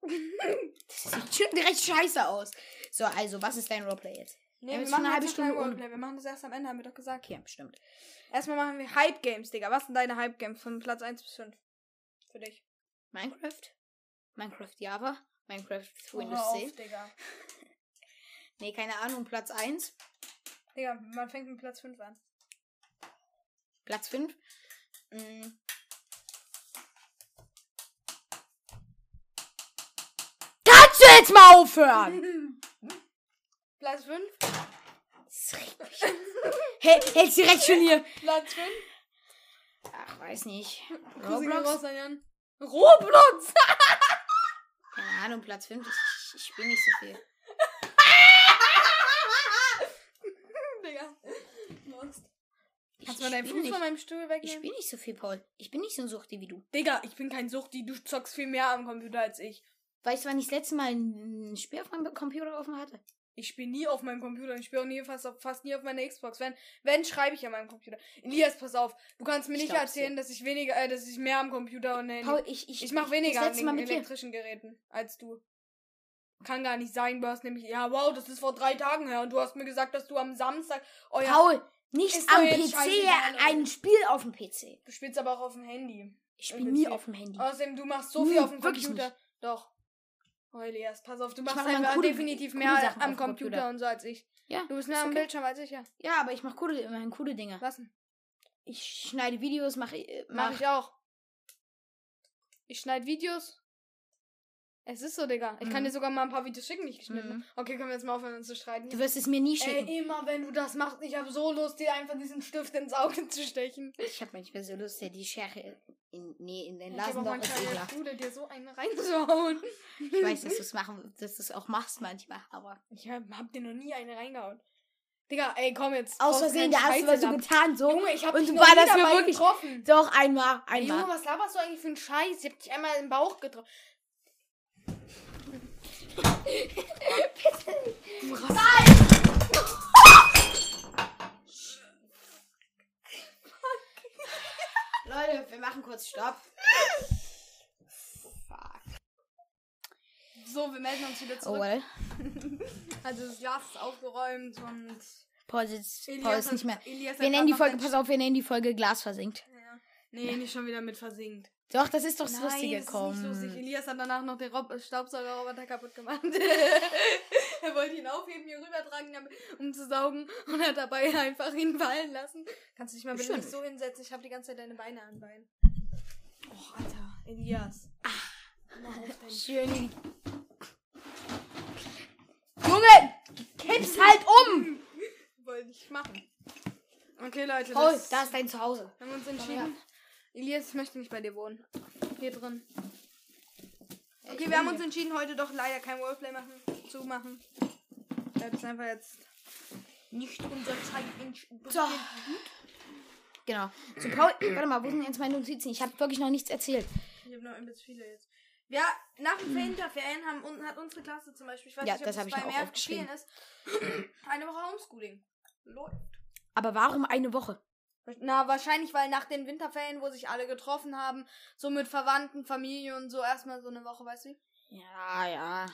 Das sieht schon recht scheiße aus. So, also, was ist dein Roleplay jetzt?
Nee,
Ja,
wir
jetzt
machen
schon eine halbe
jetzt noch
Stunde
kein
um.
Roleplay. Wir machen das erst am Ende, haben wir doch gesagt.
Okay, bestimmt.
Erstmal machen wir Hype Games, Digga. Was sind deine Hype Games von Platz 1 bis 5? Für dich.
Minecraft? Minecraft Java? Minecraft
Oh,
Windows
hör
10?
auf, Digga.
Nee, keine Ahnung, Platz 1.
Digga, man fängt mit Platz 5 an.
Platz 5. Mm. Kannst du jetzt mal aufhören?
Platz 5?
Das regt mich. hey, hält sie recht schon hier.
Platz 5?
Ach, weiß nicht.
Grüße gehen raus
Roblox?
an Jan. Roblox!
Keine Ahnung, Platz 5. Ich, ich spiele nicht so viel.
Digga. Lost.
Ich
Kannst du mal deinen
spiel
Fuß von
nicht.
meinem Stuhl
Ich
wegnehmen?
spiele nicht so viel, Paul. Ich bin nicht so ein Suchti wie du.
Digga, ich bin kein Suchti. Du zockst viel mehr am Computer als ich.
Weißt du, wann ich das letzte Mal ein Spiel auf meinem Computer offen hatte?
Ich spiele nie auf meinem Computer. Ich spiele auch nie fast, auf, fast nie auf meiner Xbox. Wenn, wenn schreibe ich an meinem Computer. Elias, pass auf. Du kannst mir
Ich
nicht
glaub's dir.
erzählen, dass ich weniger, äh, dass ich mehr am Computer und Handy
Paul, ich, ich,
Ich mache weniger
Das
an
letzte
den
Mal mit dir.
elektrischen Geräten als du. Kann gar nicht sein, du hast nämlich, ja, wow, das ist vor drei Tagen her und du hast mir gesagt, dass du am Samstag euer.
Paul, nicht
Oh Ist doch
am PC,
jetzt scheißegal, oder?
ein Spiel auf dem PC.
Du spielst aber auch auf dem Handy.
Ich spiele
Im
nie
PC.
auf dem Handy.
Außerdem, du machst so
Nie,
viel auf dem
Hm. wirklich
Computer.
nicht.
Doch. Oh, Elias, pass auf, du machst
mach mal
einfach
coole-
definitiv
coole
mehr
Sachen
am
auf dem
Computer,
Computer.
und so als ich.
Ja,
Du bist mehr
ist
am
okay.
Bildschirm als ich, ja.
Ja, aber ich mache coole, immerhin coole Dinge.
Was denn?
Ich schneide Videos, mache äh,
Mach
mach,
ich auch. Ich schneide Videos. Es ist so, Digga. Ich kann
Mhm.
dir sogar mal ein paar Videos schicken, die ich geschnitten
Mhm.
habe. Okay, können wir jetzt mal aufhören, uns zu streiten.
Du wirst es mir nie schicken.
Ey, immer wenn du das machst, ich habe so Lust, dir einfach diesen Stift ins Auge zu stechen.
Ich habe manchmal so Lust, ja, die Schere in, nee, in den
Ich habe
Lasen
auch
doch ist
manchmal in der
ekelhaft.
Schule dir so einen reinzuhauen.
Ich weiß, dass du es machen, dass du es auch machst manchmal, aber
Ich hab, hab dir noch nie eine reingehauen. Digga, ey, komm jetzt.
Aus
Haust
Versehen,
keinen
da hast du was
Scheiß
so
ab.
getan, so.
Junge, ich hab
Und
dich
so
noch
war
nie
das mir
dabei
wirklich-
getroffen.
Doch, einmal,
Ey, Junge,
einmal.
was laberst du eigentlich für einen Scheiß? Ich hab dich einmal im Bauch getroffen.
Leute, wir machen kurz Stopp.
So, wir melden uns wieder
Oh,
zurück.
well.
Also das Glas ist aufgeräumt und
Pause jetzt.
Elias
Pause
hat-
nicht mehr.
Elias
Wir
hat
nennen die
grad noch
Folge,
den-
pass auf, wir nennen die Folge Glas versinkt.
Nee, nicht schon wieder mit versinkt.
Doch, das ist doch das
Nein,
Lustige.
das
Komm.
ist nicht lustig. Elias hat danach noch den Rob äh, Staubsaugerroboter kaputt gemacht. er wollte ihn aufheben, hier rübertragen, damit- um zu saugen und hat dabei einfach ihn fallen lassen. Kannst du dich mal bitte
Bestimmt.
nicht so hinsetzen? Ich habe die ganze Zeit deine Beine an Bein. Och, Alter, Ah. Elias.
Schön. Junge, kipp's halt um.
Wollte ich machen. Okay, Leute,
Oh,
das,
da ist dein Zuhause.
haben wir uns entschieden. Elias, ich möchte nicht bei dir wohnen. Hier drin. Okay, wir haben uns entschieden, heute doch leider kein Roleplay machen, zu machen. Bleibt es einfach jetzt nicht unser Zeit in Sch-
So. Genau. So, Paul, warte mal, wo sind jetzt meine Notizen? Ich habe wirklich noch nichts erzählt.
Ich habe noch ein bisschen viele jetzt. Ja, nach dem Winterferien haben, un- hat unsere Klasse zum Beispiel, ich weiß
Hm. Ja,
nicht, ob
das
das
hab ich
bei
mir auch
mehr
aufgeschrieben.
vielen ist, eine Woche Homeschooling. Läuft.
Aber warum eine Woche?
Na, wahrscheinlich, weil nach den Winterferien, wo sich alle getroffen haben, so mit Verwandten, Familie und so, erstmal so eine Woche, weißt du?
Ja, ja.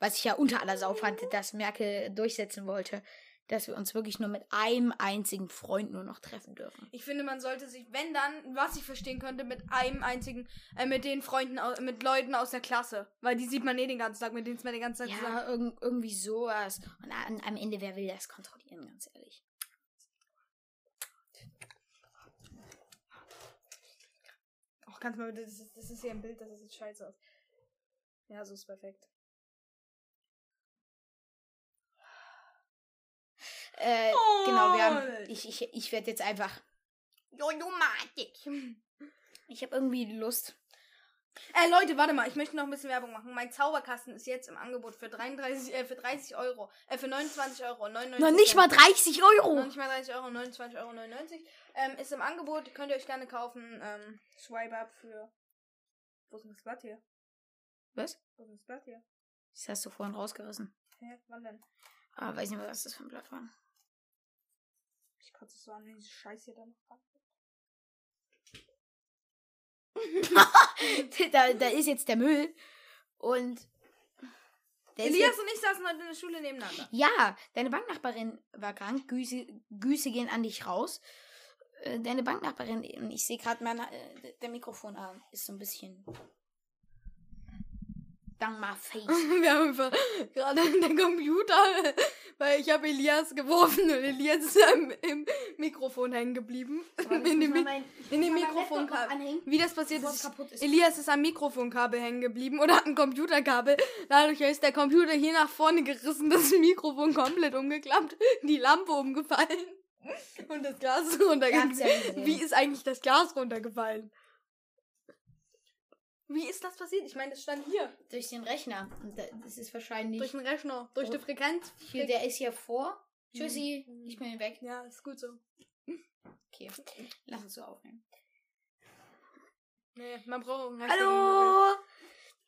Was ich ja unter aller Sau fand, dass Merkel durchsetzen wollte, dass wir uns wirklich nur mit einem einzigen Freund nur noch treffen dürfen.
Ich finde, man sollte sich, wenn dann, was ich verstehen könnte, mit einem einzigen, äh, mit den Freunden, au- mit Leuten aus der Klasse. Weil die sieht man eh den ganzen Tag, mit denen ist man den ganzen Tag zusammen.
Ja, irg irgendwie sowas. Und an, am Ende, wer will das kontrollieren, ganz ehrlich?
Och, kannst mal bitte, das ist, das ist hier ein Bild, das sieht scheiße aus. Ja, so ist perfekt.
Äh, genau, wir haben,
Alter.
ich, ich, ich werde jetzt einfach,
Jojomatik.
ich habe irgendwie Lust.
Äh, Leute, warte mal, ich möchte noch ein bisschen Werbung machen. Mein Zauberkasten ist jetzt im Angebot für 33, äh, für 30 Euro, äh, für 29 Euro, 99
Noch nicht
Cent.
mal 30
Noch
Euro.
nicht mal 30 Euro, 29,99 Euro. Ähm, ist im Angebot, könnt ihr euch gerne kaufen. Ähm, Swipe up für. Wo ist denn das Blatt hier?
Was?
Wo ist denn das Blatt hier?
Das hast du vorhin rausgerissen.
Hä? Wann denn?
Ah, weiß nicht mehr, was das für ein Blatt war.
Ich kotze es so an, wenn diese Scheiße hier dann noch dran ist.
da, da ist jetzt der Müll. Und. Der ist
Elias
jetzt,
und ich saßen heute in der Schule nebeneinander.
ja, deine Banknachbarin war krank. Güße, Güße gehen an dich raus. Äh, Deine Banknachbarin, und ich sehe gerade, mein äh, der Mikrofonarm ist so ein bisschen. Dang my face.
Wir haben einfach gerade den Computer, weil ich habe Elias geworfen und Elias ist im, im Mikrofon hängen geblieben. In dem, Mi- in dem Mikrofonkabel. Wie das passiert
Bevor
ist,
es kaputt ist.
Elias ist am Mikrofonkabel hängen geblieben oder hat ein Computerkabel. Dadurch ist der Computer hier nach vorne gerissen, das Mikrofon komplett umgeklappt, die Lampe umgefallen und das Glas ist runtergegangen.
Ganz ehrlich.
Wie ist eigentlich das Glas runtergefallen? Wie ist das passiert? Ich meine, das stand hier.
Durch den Rechner. Und da- das ist wahrscheinlich.
Durch den Rechner, durch die Frequenz.
hier, der ist hier vor. Tschüssi, ich bin weg.
Ja, ist gut so.
Okay, lass uns so aufnehmen.
Nee, man braucht einen
Hallo!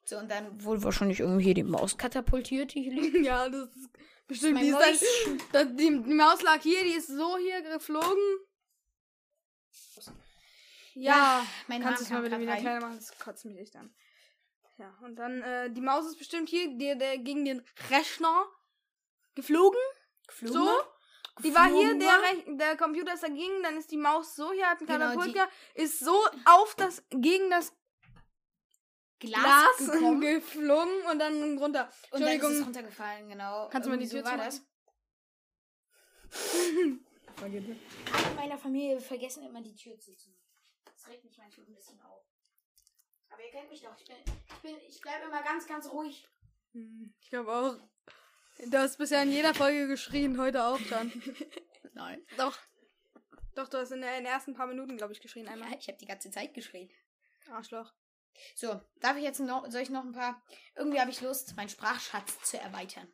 So, und dann wurde wahrscheinlich irgendwie hier die Maus katapultiert, die hier liegt.
Ja, das ist bestimmt.
Mein
die, ist dann, das, die, die Maus lag hier, die ist so hier geflogen. Ja,
Mein
kannst du es
Arm
mal
kam grad
bitte wieder
rein.
kleiner machen? Das kotzt mich echt an. Ja, und dann, äh, die Maus ist bestimmt hier der, der gegen den Rechner geflogen.
Geflogen
so.
war?
Die war hier,
Geflogen
der,
war?
Rech- der Computer ist dagegen, dann ist die Maus so hier, hat einen
Genau,
Katapult
die-
gehabt, ist so auf das, gegen das
Glas,
Glas
gekommen.
geflogen und dann runter.
und dann ist
Entschuldigung.
es runtergefallen, genau.
Kannst du mal die
Irgendwie
Tür
so war
zumachen?
das. Alle in meiner Familie vergessen immer die Tür zuzumachen. Das regt mich manchmal ein bisschen auf. Aber ihr kennt mich doch. Ich, bin, ich, bin, ich bleibe immer ganz, ganz ruhig.
Hm, Ich glaube auch. Du hast bisher in jeder Folge geschrien, heute auch schon.
Nein.
Doch. Doch, du hast in, der, in den ersten paar Minuten, glaube ich, geschrien einmal.
Ja, ich habe die ganze Zeit geschrien.
Arschloch.
So, darf ich jetzt noch, soll ich noch ein paar? Irgendwie habe ich Lust, meinen Sprachschatz zu erweitern.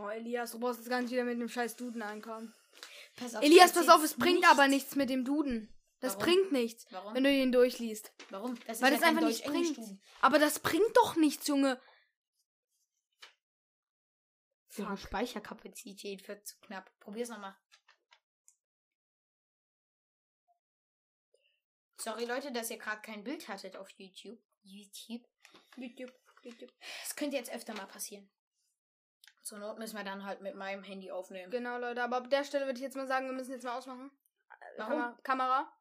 Oh, Elias, du brauchst jetzt gar nicht wieder mit dem scheiß Duden ankommen.
Pass auf,
Elias,
steht
pass
jetzt
auf, es bringt
nichts.
aber nichts mit dem Duden. Das
Warum?
bringt nichts,
Warum?
wenn du den durchliest.
Warum? Das
Weil
ist ja
das
kein
einfach nicht
Deutsch-Englisch,
bringt.
du.
Aber das bringt doch nichts, Junge.
Ihre Speicherkapazität wird zu knapp. Probier's nochmal. Sorry Leute, dass ihr gerade kein Bild hattet auf YouTube. YouTube.
YouTube, YouTube.
Das könnte jetzt öfter mal passieren. Zur Not müssen wir dann halt mit meinem Handy aufnehmen.
Genau, Leute, aber ab der Stelle würde ich jetzt mal sagen, wir müssen jetzt mal ausmachen.
Warum?
Kamera. Kamera.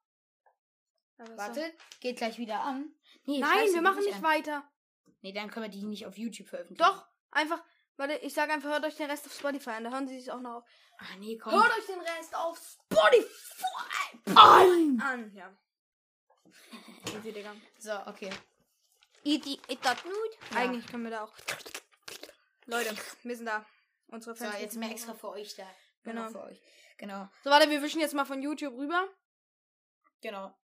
Aber so.
Warte, geht gleich wieder an. Nee,
Nein,
scheiße,
wir
geht
machen nicht
an.
weiter.
Nee, dann können wir die nicht auf YouTube veröffentlichen.
Doch, einfach. Warte, ich sage einfach, hört euch den Rest auf Spotify an, da hören sie sich auch noch auf.
Ah, nee, komm.
Hört euch den Rest auf Spotify
An!
an. Ja. Easy, Digga.
So, okay.
Easy, ist das gut?
Eigentlich können wir da auch. Leute, wir sind da. Unsere
So,
Fans.
jetzt
wissen
mehr
wo-
extra für euch da. Nur
Genau.
noch Für euch. Genau.
So, warte, wir wischen jetzt mal von YouTube rüber.
Genau.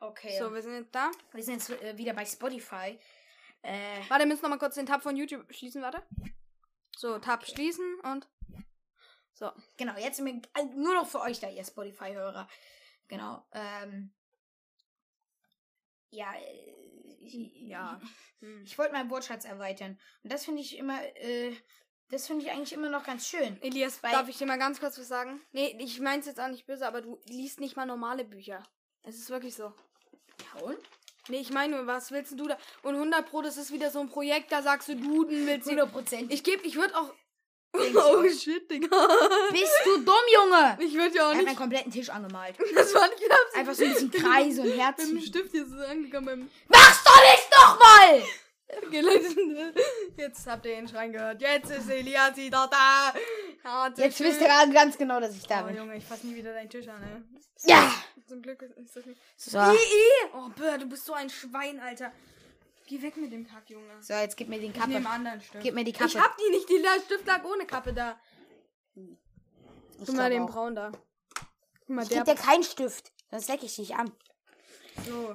Okay.
So, wir sind jetzt da.
Wir sind jetzt äh, wieder bei Spotify. Äh,
Warte, wir müssen nochmal kurz den Tab von YouTube schließen, warte. So, Tab
Okay.
schließen und. So.
genau, jetzt sind wir äh, nur noch für euch da, ihr Spotify-Hörer. Genau. Ähm, ja, äh, ich-
Ja.
Ich wollte meinen Wortschatz erweitern. Und das finde ich immer, äh, das finde ich eigentlich immer noch ganz schön.
Elias,
Weil-
darf ich dir mal ganz kurz was sagen? Nee, ich mein's jetzt auch nicht böse, aber du liest nicht mal normale Bücher. Es ist wirklich so.
Ja, und?
Nee, ich meine nur, was willst denn du da? Und 100 Pro, das ist wieder so ein Projekt, da sagst du Duden, willst du.
100%.
Ich gebe, ich würde auch.
ich
Oh shit, Digga.
Bist du dumm, Junge?
Ich würde ja auch
Er hat meinen
nicht.
kompletten Tisch angemalt.
Das war nicht knapp.
Einfach so ein bisschen Kreise und
Mit dem
Herzen.
Stift jetzt ist es angekommen.
Mach's doch nicht nochmal!
Beim okay, Leute, jetzt habt ihr den Schrein gehört. Jetzt ist Elias wieder da. Ja, sehr
Jetzt
schön.
wisst ihr ganz genau, dass ich da
Oh,
bin.
Junge, ich fass nie wieder deinen Tisch an, ey.
Ja!
Zum Glück ist das nicht.
So.
Ih, ih. Oh, Bär, du bist so ein Schwein, Alter. Geh weg mit dem Kack, Junge.
So, jetzt gib mir den
Ich nehme
Kappe.
anderen Stift.
Gib mir die
Ich
Kappe.
hab die nicht, die der Stift lag ohne Kappe da.
Ich
Guck mal den
glaub auch.
Braun da. Guck mal,
Ich geb
der.
dir keinen Stift. Sonst leck ich dich an.
so.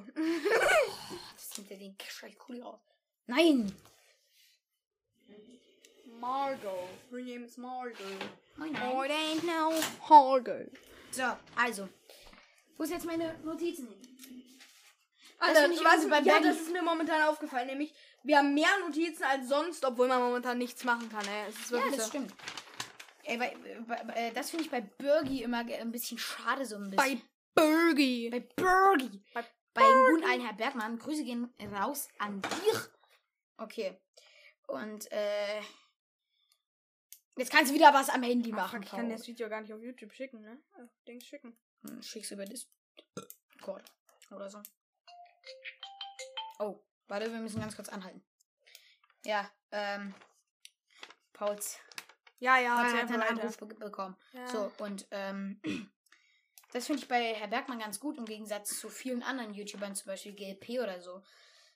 Das nimmt ja den scheiß Kuli raus. Nein!
Margot. Her name is Margot.
Oh nein.
Oh, it ain't no Margot.
So, also. Wo ist jetzt meine Notizen hin?
Alter,
find
das,
ich
ich weiß,
irgendwie bei
ja,
Ben.
das ist mir momentan aufgefallen. Nämlich, wir haben mehr Notizen als sonst, obwohl man momentan nichts machen kann. Ey. Es ist
Ja,
wirklich
das
so.
stimmt. Ey, weil, äh, äh, das finde ich bei Birgi immer ge- ein bisschen schade, so ein bisschen.
Bei Bergie.
Bei Birgi.
Bei
Bei dem guten alten Herr Bergmann. Grüße gehen raus an dich. Okay. Und, äh. Jetzt kannst du wieder was am Handy machen.
ich kann
Paul.
das Video gar nicht auf YouTube schicken, ne? Auf Dings schicken.
Hm, Schick's über Discord oder so. Oh, warte, wir müssen ganz kurz anhalten. Ja, ähm, Pauls
Ja, ja,
Vater
erzähl
hat einen
weiter.
Anruf be bekommen.
Ja.
So, und ähm, das finde ich bei Herr Bergmann ganz gut im Gegensatz zu vielen anderen YouTubern, zum Beispiel GLP oder so.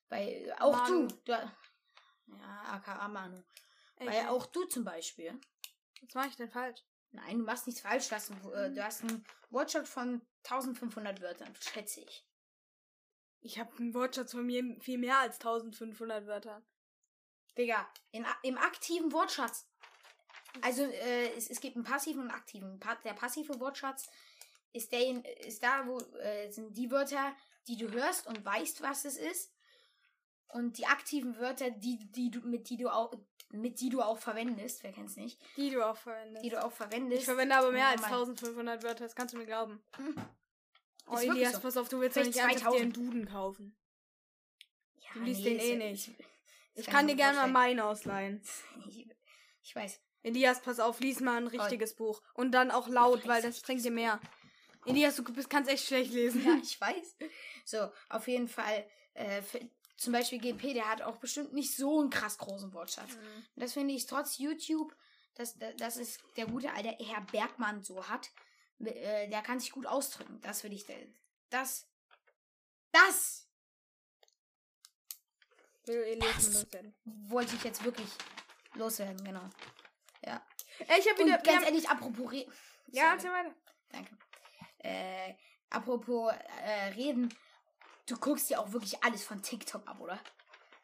Weil äh, auch
Manu.
du, du. Ja, aka Manu.
Ey,
Weil auch du zum Beispiel.
Was mache ich denn falsch?
Nein, du machst nichts falsch. Du hast, ein- äh,
Mhm.
du hast einen Wortschatz von 1500 Wörtern, schätze ich.
Ich habe einen Wortschatz von mir viel mehr als 1500 Wörter.
Digga, in, a- im aktiven Wortschatz. Also äh, es, es gibt einen passiven und einen aktiven. Pa der passive Wortschatz ist, der, in- ist da, wo äh, sind die Wörter, die du hörst und weißt, was es ist. Und die aktiven Wörter, die, die du, mit, die du auch, mit die du auch verwendest, wer kennt's nicht,
Die du auch verwendest.
die du auch verwendest.
ich verwende aber mehr als
Normal.
1500 Wörter, das kannst du mir glauben.
Hm.
Oh,
Ist wirklich
Elias,
so.
pass auf, du willst doch
Vielleicht
nicht ernsthaft dir
2000.
einen Duden kaufen.
Ja,
Du liest den
ist
eh
ja-
nicht.
ist- ist
Ich
ja
kann
nur
dir gerne mal
ein
meinen ausleihen.
Wortschatz. Ich, ich weiß.
Elias, pass auf, lies mal ein richtiges Buch. Und dann auch laut, weil das bringt dir mehr. Elias, du bist, kannst echt schlecht lesen.
Ja, ich weiß. So, auf jeden Fall, äh, für, zum Beispiel GP, der hat auch bestimmt nicht so einen krass großen Wortschatz.
Mhm.
Und das finde ich trotz YouTube, dass, dass es der gute alte Herr Bergmann so hat, äh, der kann sich gut ausdrücken. Das würde ich, das, das
Will Elias mal loswerden.
wollte ich jetzt wirklich loswerden, genau. Ja.
Ey, ich hab
Und
wieder...
ganz
wir haben-
ehrlich, apropos, Re
ja,
Sorry.
erzähl weiter.
Danke. Äh, apropos äh, Reden, du guckst dir auch wirklich alles von TikTok ab, oder?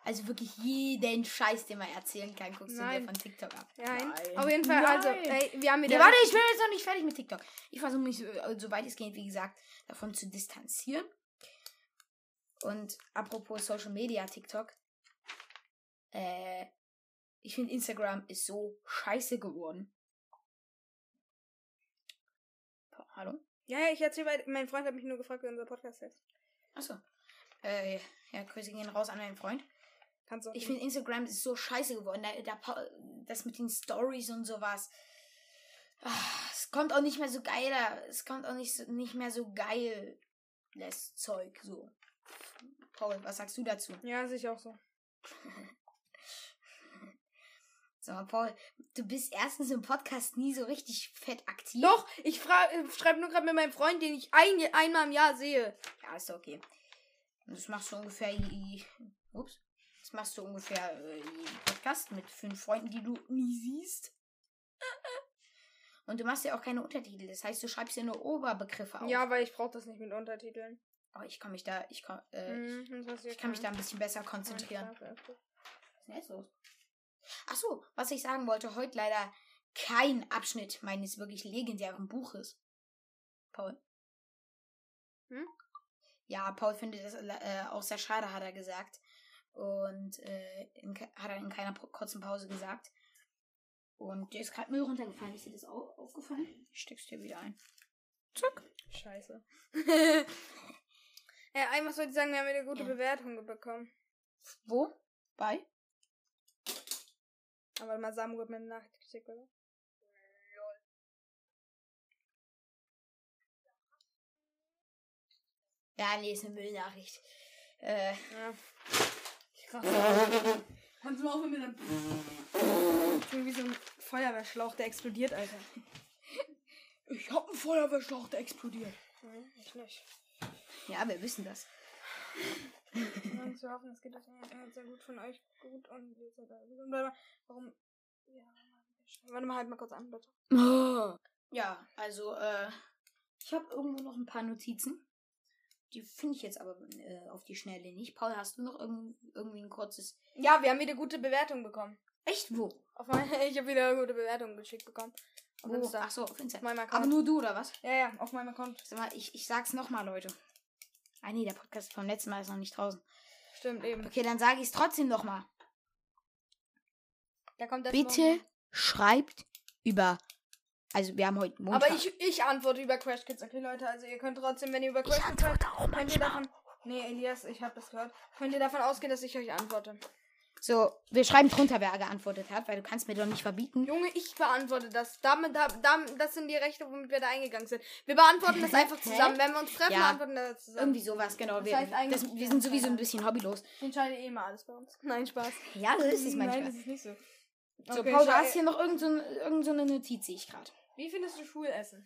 Also wirklich jeden Scheiß, den man erzählen kann, guckst
Nein.
du dir von TikTok ab.
Nein. Auf jeden Fall, also,
Nein.
ey, wir haben
Ja,
wieder.
warte, ich bin jetzt noch nicht fertig mit TikTok. Ich versuche mich, äh, soweit es geht, wie gesagt, davon zu distanzieren. Und apropos Social Media, TikTok. Äh, ich finde, Instagram ist so scheiße geworden. Boah, Hallo?
Ja, ja, ich erzähle, weil mein Freund hat mich nur gefragt, wie unser Podcast heißt.
Achso. Äh, ja, Grüße gehen raus an meinen Freund.
Kannst du auch
Ich
nicht.
finde, Instagram ist so scheiße geworden. Da, da, pa- das mit den Stories und sowas. Ah, Es kommt auch nicht mehr so geiler. Es kommt auch nicht, so, nicht mehr so geil. Das Zeug so. Paul, was sagst du dazu?
Ja, sehe ich auch so.
Sag mal, Paul, du bist erstens im Podcast nie so richtig fett aktiv.
Doch, ich schreibe nur gerade mit meinem Freund, den ich ein, einmal im Jahr sehe.
Ja, ist doch okay. Das machst du ungefähr. je- Ups. Das machst du ungefähr äh, jeden Podcast mit fünf Freunden, die du nie siehst. Und du machst ja auch keine Untertitel. Das heißt, du schreibst ja nur Oberbegriffe auf.
Ja, weil ich brauche das nicht mit Untertiteln.
Aber ich kann mich da, ich kann, äh,
Mhm, das
ich kann mich da ein bisschen besser konzentrieren. Was ist denn jetzt los? Ach so, was ich sagen wollte, heute leider kein Abschnitt meines wirklich legendären Buches. Paul.
Hm?
Ja, Paul findet das äh, auch sehr schade, hat er gesagt. Und äh, in, ke- hat er in keiner po- kurzen Pause gesagt. Und dir ist gerade Müll runtergefallen. Ist dir das auch aufgefallen? Ich steck's dir wieder ein. Zack.
Scheiße. äh, einmal sollte ich sagen, wir haben wieder gute
Ja.
Bewertungen bekommen.
Wo? Bei?
Aber mal Samu hat mir eine Nachricht geschickt, oder?
Ja, nee, ist eine Müllnachricht. Äh,
Ja.
Kannst du mal aufhören mit deinem
Ich bin wie so ein Feuerwehrschlauch, der explodiert, Alter.
Ich hab einen Feuerwehrschlauch, der explodiert.
Nein, Hm, ich nicht.
Ja, wir wissen das.
Und zu hoffen, es geht euch äh, sehr gut von euch gut und ihr seid alle gesund. Warte mal, warum? Ja, warte mal, halt mal kurz an, bitte.
Oh. Ja, also, äh, ich habe irgendwo noch ein paar Notizen. Die finde ich jetzt aber äh, auf die Schnelle nicht. Paul, hast du noch irgend, irgendwie ein kurzes.
Ja, wir haben wieder gute Bewertungen bekommen.
Echt wo?
Auf mein, ich habe wieder gute Bewertungen geschickt bekommen. Auf
Wo?
Insta.
Oh. Ach so, auf
Auf
Instagram.
meinem
Aber
Account.
nur du, oder was?
Ja, ja, auf meinem Account.
Sag mal, ich, ich sag's nochmal, Leute. Ah nee, der Podcast vom letzten Mal ist noch nicht draußen.
Stimmt, eben.
Okay, dann sage ich's trotzdem nochmal.
Da kommt das
Bitte
Morgen.
schreibt über. Also wir haben heute Montag.
Aber ich, ich antworte über Crash Kids. Okay, Leute, also ihr könnt trotzdem, wenn ihr über Crash Kids schreibt, könnt ihr davon... Nee, Elias, ich habe das gehört. Könnt ihr davon ausgehen, dass ich euch antworte?
So, wir schreiben drunter, wer geantwortet hat, weil du kannst mir doch nicht verbieten.
Junge, ich beantworte das. Damit, da, damit, das sind die Rechte, womit wir da eingegangen sind. Wir beantworten das einfach zusammen. Wenn wir uns treffen,
Ja.
beantworten wir das zusammen.
Irgendwie sowas, genau. Wir,
Das heißt eigentlich-
das, wir sind sowieso ein bisschen hobbylos.
Ich entscheide eh mal alles bei uns. Nein, Spaß.
Ja, so Also ist es
Nein,
manchmal.
das ist nicht so.
So,
Okay,
Paul, du
schau-
hast hier noch irgendeine so ein- irgend so eine Notiz, sehe ich gerade.
Wie findest du Schulessen?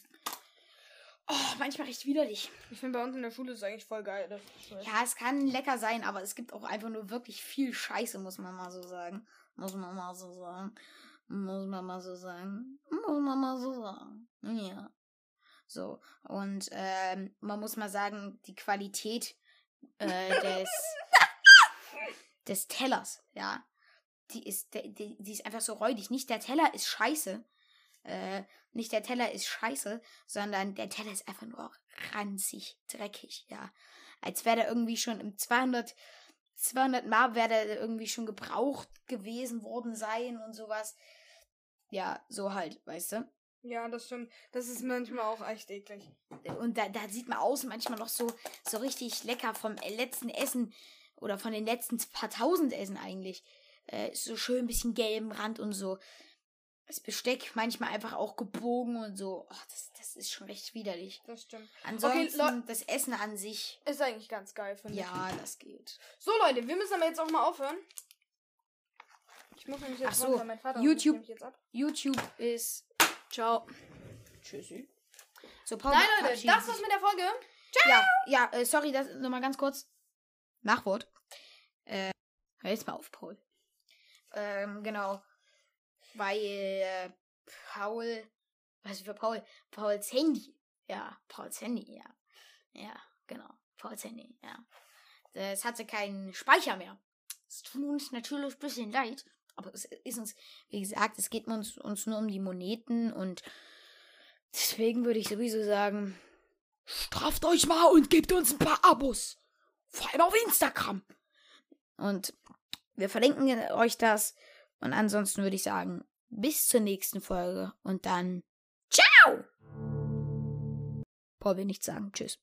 Oh, manchmal recht widerlich.
Ich finde, bei uns in der Schule ist es eigentlich voll geil. Das Schulessen.
Ja, es kann lecker sein, aber es gibt auch einfach nur wirklich viel Scheiße, muss man mal so sagen. Muss man mal so sagen. Muss man mal so sagen. Muss man mal so sagen. Ja. So. Und ähm, man muss mal sagen, die Qualität äh, des, des Tellers, ja, die ist, die- die, die ist einfach so räudig. Nicht der Teller ist scheiße. Äh, nicht der Teller ist scheiße, sondern der Teller ist einfach nur ranzig, dreckig, ja als wäre der irgendwie schon im 200, 200 Mal wäre der irgendwie schon gebraucht gewesen worden sein und sowas. Ja, so halt, weißt du.
Ja, das stimmt. Das ist manchmal auch echt eklig.
Und da, da sieht man außen manchmal noch so, so richtig lecker vom letzten Essen oder von den letzten paar tausend Essen eigentlich. Äh, so schön ein bisschen gelben Rand und so. Das Besteck manchmal einfach auch gebogen und so. Oh, das, das ist schon recht widerlich.
Das stimmt.
Ansonsten
Leute.
das Essen an sich.
Ist eigentlich ganz geil, finde ich.
Ja, das geht.
So, Leute, wir müssen aber jetzt auch mal aufhören. Ich muss nämlich jetzt
Ach so,
runter, mein Vater
YouTube.
ruft nämlich Jetzt ab.
YouTube ist
Ciao.
Tschüssi. So, Paul,
Nein, Leute,
verabschieden
das
Sie
war's
sich.
mit der Folge.
Ja, ja äh, sorry, das nochmal ganz kurz. Nachwort. Äh, hör jetzt mal auf, Paul. Ähm, genau. Weil äh, Paul. Was für Paul? Pauls Handy. Ja, Pauls Handy, ja. Ja, genau. Pauls Handy, ja. Es hatte keinen Speicher mehr. Es tut uns natürlich ein bisschen leid, aber es ist uns, wie gesagt, es geht uns, uns nur um die Moneten und deswegen würde ich sowieso sagen, straft euch mal und gebt uns ein paar Abos. Vor allem auf Instagram. Und wir verlinken euch das. Und ansonsten würde ich sagen, bis zur nächsten Folge und dann ciao! Paul will nichts sagen. Tschüss.